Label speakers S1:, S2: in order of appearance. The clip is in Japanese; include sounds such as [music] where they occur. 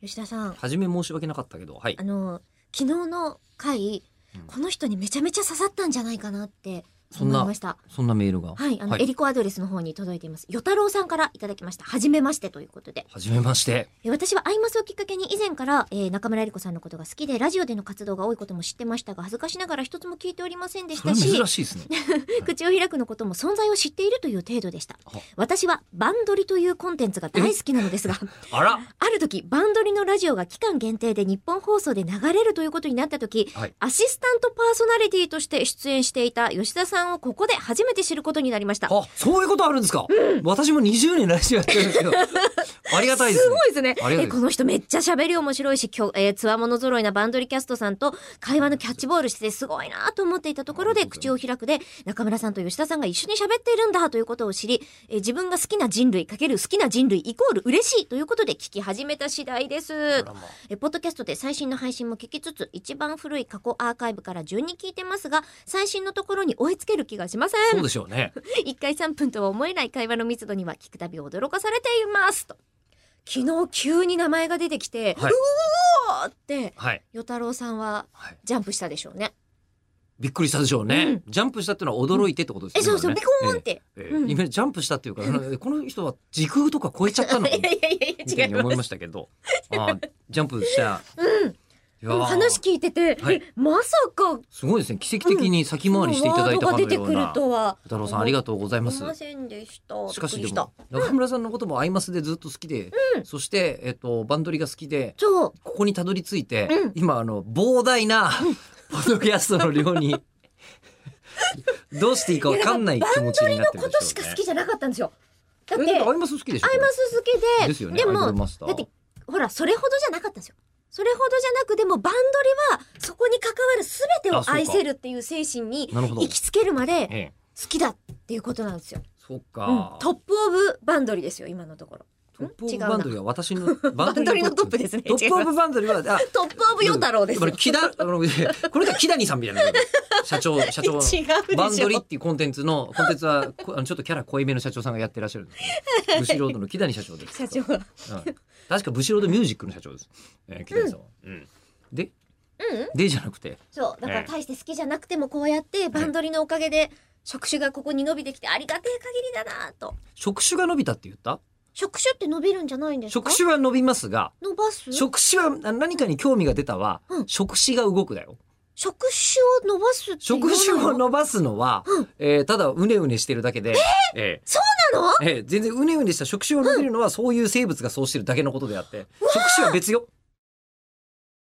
S1: 吉田さん、
S2: 初め申し訳なかったけど、はい
S1: あ。の、昨日の回、
S2: うん
S1: この人にめちゃめちゃ刺さったんじゃないかなって
S2: そん
S1: 思い
S2: な
S1: ました。
S2: そんなメールが。
S1: はい、あの、
S2: はい
S1: エリコアドレスの方に届いています。与太郎さんからいただきました。はじめましてということで。
S2: はじめまして。
S1: え私はアイマスをきっかけに以前から、えー中村えり子さんのことが好きで、ラジオでの活動が多いことも知ってましたが、恥ずかしながら一つも聞いておりませんでし
S2: それ
S1: たし
S2: 珍、しいで
S1: [laughs]
S2: すね。
S1: 口を開くのことも存在を知っているという程度でした
S2: は。
S1: 私はバンドリというコンテンツが大好きなのですが、
S2: あら
S1: ある時、バンドリのラジオが期間限定で日本放送で流れるということになった時、
S2: はい
S1: アシスタントパーソナリティとして出演していた吉田さんをここで初めて知ることになりました。
S2: あ、そういうことあるんですか、私も20年来週やってるんですけど、ありがたいです
S1: す
S2: ね。
S1: ごいですね。
S2: ありがとうござい
S1: え
S2: ます
S1: この人めっちゃ喋り面白いし、きょえー、つわもの揃いなバンドリキャストさんと会話のキャッチボールしててすごいなと思っていたところで、口を開くで、中村さんと吉田さんが一緒に喋っているんだということを知り、えー自分が好きな人類かける好きな人類イコール嬉しいということで聞き始めた次第です
S2: あら。まあ
S1: えポッドキャストで最新の配信も聞きつつ、一番古い過去アーカイブから順に聞いてますが、最新のところに追いつける気がしませ。
S2: そうんでしょうね。
S1: 一回3分とは思えない会話の密度には聞くたび驚かされています。と昨日急に名前が出てきて、
S2: はいう
S1: おーって、
S2: はい。
S1: 与太郎さんは
S2: はい、
S1: ジャンプしたでしょうね。
S2: びっくりしたでしょうね、ジャンプしたっていうのは驚いてってことです
S1: え、
S2: ね。
S1: そうそう、
S2: 今
S1: ビ
S2: ね
S1: コーンっ。て。
S2: ええええ
S1: うん
S2: 今ジャンプしたっていうから、
S1: [laughs]
S2: えこの人は時空とか超えちゃったのか
S1: いやいやい
S2: み
S1: や
S2: たい
S1: い
S2: に
S1: や、違
S2: 思
S1: い
S2: い
S1: ま。
S2: ますしたけど、あージャンプした。
S1: うん。
S2: い
S1: で
S2: やー
S1: も話聞いてて、
S2: はい
S1: えまさか、
S2: すごいですね。奇跡的に先回りしていただいた
S1: ワードが
S2: かの
S1: 出て
S2: よう
S1: くる
S2: な。
S1: とは。
S2: 太郎さんありがとうございま
S1: 思い
S2: す。
S1: ませんでした。
S2: しかし
S1: びっくり
S2: で
S1: した
S2: も。中村さんのこともアイマスでずっと好きで、
S1: うん
S2: そしてえっとバンドリが好きで
S1: そう。
S2: ここにたどり着いて、
S1: うん
S2: 今あの膨大なポッドキャストの量にどうしていいかわかんない気持ちになってる
S1: こ
S2: で
S1: と
S2: し
S1: しか
S2: ょうね
S1: 好。きじゃなかったんですよ。だ
S2: え
S1: って、
S2: だって
S1: ア
S2: アイマス好きでしょ。
S1: イマス好きで、
S2: ですよね。アイド
S1: も、
S2: ルマスター
S1: だってほら、それほどじゃなかったんですよ。それほどじゃなく、でもバンドリは、そこに関わる全て
S2: あ
S1: を
S2: そうか
S1: 愛せるっていう精神に、
S2: なるほど。
S1: 行きつけるまで
S2: ええ、
S1: 好きだっていうことなんですよ。
S2: そう
S1: うん
S2: か。
S1: トップオブバンドリですよ、今のところ。
S2: トップオ
S1: 違う
S2: ブ
S1: な
S2: バンドリは私の
S1: [laughs] バンドリのトップですね。
S2: トップオブバンドリはあ
S1: トップオブヨ太郎です
S2: こ
S1: よ。
S2: れ
S1: 違
S2: 木田あのこれが木谷さんみたいな社長社長
S1: うでし
S2: バンドリっ
S1: ょ。
S2: ていうコンテンツのコンテンツはこあのちょっとキャラ濃いめの社長さんがやってらっしゃるんです
S1: [laughs]
S2: けどブシロードの木谷社長です
S1: 社長が。
S2: うん確かブシロードミュージックの社長です、えー、木谷さんは、うんで
S1: うん
S2: でじゃなくて
S1: そう。だから
S2: ええ
S1: 大して好きじゃなくても、こうやってバンドリのおかげで、触手がここに伸びてきて、ありがてえ限りだなと。
S2: 触手が伸びたって言った
S1: 触手って伸びるんじゃないんですか
S2: 触手は伸びますが
S1: 伸ばす
S2: 触手はあ何かに興味が出たは、
S1: うん
S2: 触手が動くだよ
S1: 触手を伸ばすって言わ
S2: 触
S1: ない
S2: 手を
S1: の
S2: 伸ばすのは、
S1: うん
S2: えーただうねうねしてるだけで、えー
S1: なの
S2: ええ、全然うねうねした触手を伸びるのはそういう生物がそうしてるだけのことであって、触手は別よ。